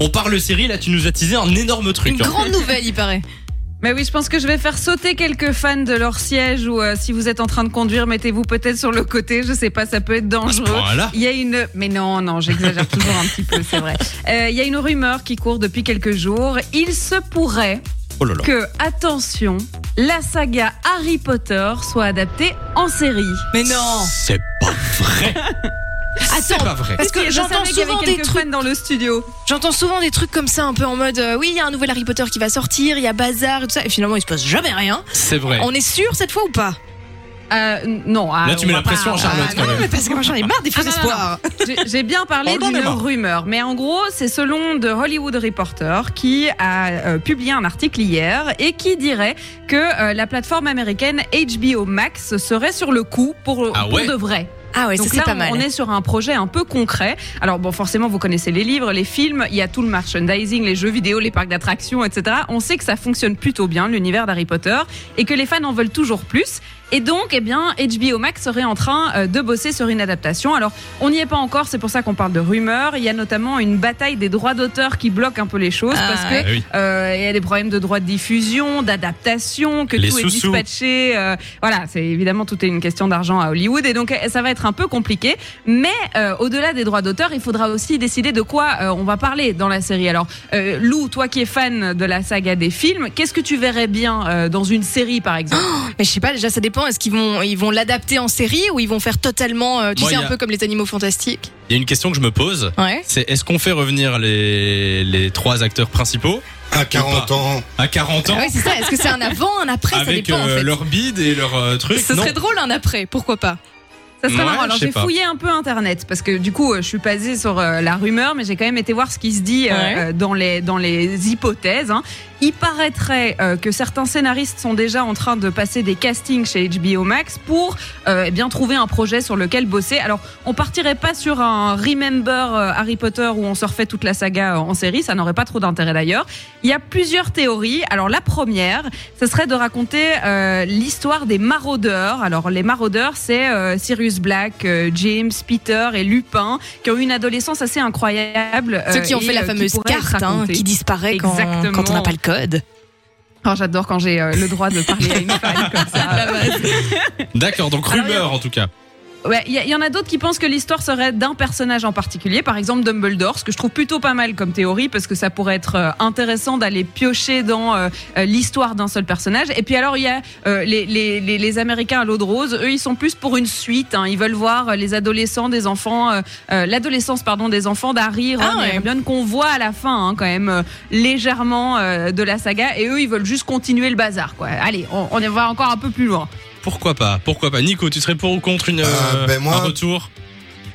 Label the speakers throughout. Speaker 1: On parle série, là tu nous as teasé un énorme truc.
Speaker 2: Une
Speaker 1: hein.
Speaker 2: grande nouvelle, il paraît.
Speaker 3: Mais oui, je pense que je vais faire sauter quelques fans de leur siège ou euh, si vous êtes en train de conduire, mettez-vous peut-être sur le côté. Je sais pas, ça peut être dangereux.
Speaker 1: Voilà.
Speaker 3: Il y a une. Mais non, non, j'exagère toujours un petit peu, c'est vrai. Euh, Il y a une rumeur qui court depuis quelques jours. Il se pourrait
Speaker 1: Oh là là.
Speaker 3: que, attention, la saga Harry Potter soit adaptée en série.
Speaker 2: Mais non
Speaker 1: C'est pas vrai. C'est
Speaker 2: Attends,
Speaker 1: pas vrai.
Speaker 2: parce que
Speaker 3: Je
Speaker 2: j'entends
Speaker 3: savais qu'il y avait
Speaker 2: souvent des
Speaker 3: quelques
Speaker 2: trucs,
Speaker 3: fans dans le studio.
Speaker 2: j'entends souvent des trucs comme ça, un peu en mode, euh, oui, il y a un nouvel Harry Potter qui va sortir, il y a bazar et tout ça, et finalement il se passe jamais rien.
Speaker 1: C'est vrai.
Speaker 2: On est sûr cette fois ou pas
Speaker 3: Euh, n- non, ah,
Speaker 1: Là, tu
Speaker 3: on
Speaker 1: mets
Speaker 3: va
Speaker 1: la
Speaker 3: pas-
Speaker 1: pression à
Speaker 3: ah,
Speaker 1: Charlotte,
Speaker 3: non,
Speaker 1: quand même.
Speaker 2: mais parce que moi j'en ai marre des faux
Speaker 3: Ah, non, non,
Speaker 2: espoirs.
Speaker 3: J'ai- J'ai bien parlé
Speaker 1: On en est
Speaker 3: d'une
Speaker 1: marre.
Speaker 3: rumeur, mais en gros, c'est selon The Hollywood Reporter qui a euh, publié un article hier et qui dirait que euh, la plateforme américaine HBO Max serait sur le coup pour,
Speaker 1: Ah
Speaker 3: pour
Speaker 1: ouais
Speaker 3: de vrai.
Speaker 2: Ah ouais, ça,
Speaker 3: Donc
Speaker 2: c'est
Speaker 3: là,
Speaker 2: pas
Speaker 3: on-
Speaker 2: mal.
Speaker 3: on est sur un projet un peu concret. Alors bon, forcément, vous connaissez les livres, les films, il y a tout le merchandising, les jeux vidéo, les parcs d'attractions, etc. On sait que ça fonctionne plutôt bien, l'univers d'Harry Potter, et que les fans en veulent toujours plus. Et donc, eh bien, HBO Max serait en train euh, de bosser sur une adaptation. Alors, on n'y est pas encore, c'est pour ça qu'on parle de rumeurs. Il y a notamment une bataille des droits d'auteur qui bloque un peu les choses,
Speaker 2: Ah,
Speaker 3: parce que
Speaker 2: ouais.
Speaker 1: Ah oui.
Speaker 3: euh, il y a des problèmes de droits de diffusion, d'adaptation, que
Speaker 1: Les
Speaker 3: tout est
Speaker 1: sous-sous.
Speaker 3: dispatché. euh, voilà, c'est évidemment tout est une question d'argent à Hollywood et donc euh, ça va être un peu compliqué. Mais euh, au-delà des droits d'auteur, il faudra aussi décider de quoi euh, on va parler dans la série. Alors, euh, Lou, toi qui es fan de la saga des films, qu'est-ce que tu verrais bien euh, dans une série, par exemple
Speaker 2: Mais je sais pas, déjà ça dépend. Est-ce qu'ils vont, ils vont l'adapter en série ou ils vont faire totalement, euh, tu
Speaker 1: Moi,
Speaker 2: sais,
Speaker 1: il y
Speaker 2: un
Speaker 1: a-
Speaker 2: peu comme les animaux fantastiques
Speaker 1: Il y a une question que je me pose.
Speaker 2: Ouais.
Speaker 1: C'est est-ce qu'on fait revenir les, les trois acteurs principaux
Speaker 4: À 40 ans.
Speaker 1: à 40 ans
Speaker 2: Ah Ouais, c'est ça. Est-ce que c'est un avant, un après Ça
Speaker 1: avec
Speaker 2: dépend en
Speaker 1: euh,
Speaker 2: fait.
Speaker 1: leur bide et leur euh, truc
Speaker 2: Ce
Speaker 1: Non.
Speaker 2: serait drôle un après, pourquoi pas
Speaker 3: Ça serait
Speaker 1: Ouais,
Speaker 3: marrant. Alors
Speaker 1: je sais
Speaker 3: j'ai
Speaker 1: pas.
Speaker 3: fouillé un peu internet parce que du coup euh, je suis basée sur euh, la rumeur, mais j'ai quand même été voir ce qui se dit euh,
Speaker 2: Ouais.
Speaker 3: euh, dans les dans les hypothèses. hein. Il paraîtrait euh, que certains scénaristes sont déjà en train de passer des castings chez HBO Max pour euh, eh bien trouver un projet sur lequel bosser. Alors on partirait pas sur un Remember euh, Harry Potter où on se refait toute la saga euh, en série, ça n'aurait pas trop d'intérêt d'ailleurs. Il y a plusieurs théories. Alors la première, ce serait de raconter euh, l'histoire des maraudeurs. Alors les maraudeurs, c'est euh, Sirius Black, euh, James, Peter et Lupin, qui ont eu une adolescence assez incroyable.
Speaker 2: Ceux
Speaker 3: euh,
Speaker 2: qui ont
Speaker 3: et,
Speaker 2: fait la
Speaker 3: euh, qui
Speaker 2: fameuse
Speaker 3: pourraient être
Speaker 2: carte hein,
Speaker 3: racontée.
Speaker 2: qui disparaît quand,
Speaker 3: Exactement.
Speaker 2: quand on n'a pas le code.
Speaker 3: Oh, J'adore quand j'ai euh, le droit de parler à une femme comme ça.
Speaker 1: D'accord, donc
Speaker 3: Alors,
Speaker 1: rumeur en tout cas.
Speaker 3: Ouais, il y, a- il y en a d'autres qui pensent que l'histoire serait d'un personnage en particulier, par exemple Dumbledore, ce que je trouve plutôt pas mal comme théorie parce que ça pourrait être euh, intéressant d'aller piocher dans euh, euh, l'histoire d'un seul personnage. Et puis alors il y a euh, les, les, les, les Américains à l'eau de rose, eux ils sont plus pour une suite, hein. ils veulent voir euh, les adolescents des enfants, euh, euh, l'adolescence pardon des enfants d'Harry, Ron
Speaker 2: Ah ouais.
Speaker 3: et Hermione qu'on voit à la fin hein, quand même euh, légèrement euh, de la saga. Et eux ils veulent juste continuer le bazar quoi. Allez, on, on y va encore un peu plus loin.
Speaker 1: Pourquoi pas Pourquoi pas Nico, tu serais pour ou contre une,
Speaker 4: Euh,
Speaker 1: euh,
Speaker 4: ben, moi-
Speaker 1: un retour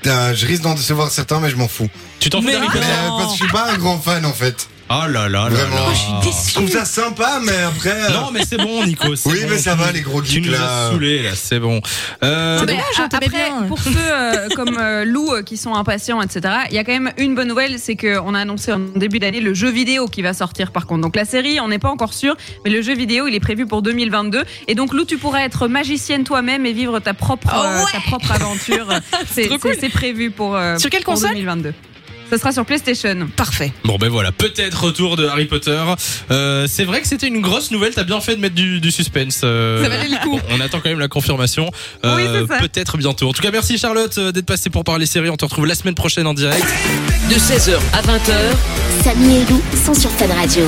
Speaker 4: Euh, je risque d'en décevoir certains, mais je m'en fous.
Speaker 1: Tu t'en fous
Speaker 2: Mais
Speaker 1: d'Harry
Speaker 2: non.
Speaker 4: Mais,
Speaker 1: Potter
Speaker 4: euh, parce que je suis pas un grand fan en fait.
Speaker 1: Oh là là là
Speaker 4: Vraiment.
Speaker 1: là.
Speaker 4: Oh, je
Speaker 2: suis déçue.
Speaker 4: Je trouve ça sympa, mais après. euh,
Speaker 1: Non mais c'est bon Nico. c'est
Speaker 4: Oui,
Speaker 1: bon.
Speaker 4: mais ça va, les gros
Speaker 1: Tu
Speaker 4: geeks
Speaker 1: nous as
Speaker 4: là.
Speaker 1: saoulés là, c'est bon. Euh,
Speaker 2: C'est
Speaker 3: Mais
Speaker 2: dommage, on
Speaker 3: a-
Speaker 2: t'aimait
Speaker 3: après,
Speaker 2: bien.
Speaker 3: Pour ceux euh, comme euh, Lou euh, qui sont impatients, etc., il y a quand même une bonne nouvelle, c'est qu'on a annoncé en début d'année le jeu vidéo qui va sortir par contre. Donc la série, on n'est pas encore sûr, mais le jeu vidéo, il est prévu pour 2022. Et donc Lou, tu pourrais être magicienne toi-même et vivre ta propre,
Speaker 2: Oh
Speaker 3: euh,
Speaker 2: ouais
Speaker 3: ta propre aventure. c'est
Speaker 2: trop cool.
Speaker 3: c'est- c'est prévu pour, euh,
Speaker 2: Sur quelle
Speaker 3: pour
Speaker 2: console
Speaker 3: 2022. Ça sera sur PlayStation.
Speaker 2: Parfait.
Speaker 1: Bon ben voilà, peut-être retour de Harry Potter. Euh, c'est vrai que c'était une grosse nouvelle, t'as bien fait de mettre du, du suspense. euh,
Speaker 2: Ça valait le coup.
Speaker 1: bon, On attend quand même la confirmation. Euh,
Speaker 3: Oui, c'est ça.
Speaker 1: peut-être bientôt. En tout cas, merci Charlotte euh, d'être passée pour parler série. On te retrouve la semaine prochaine en direct.
Speaker 5: De 16h à 20h,
Speaker 6: Samy et Lou sont sur Fan Radio.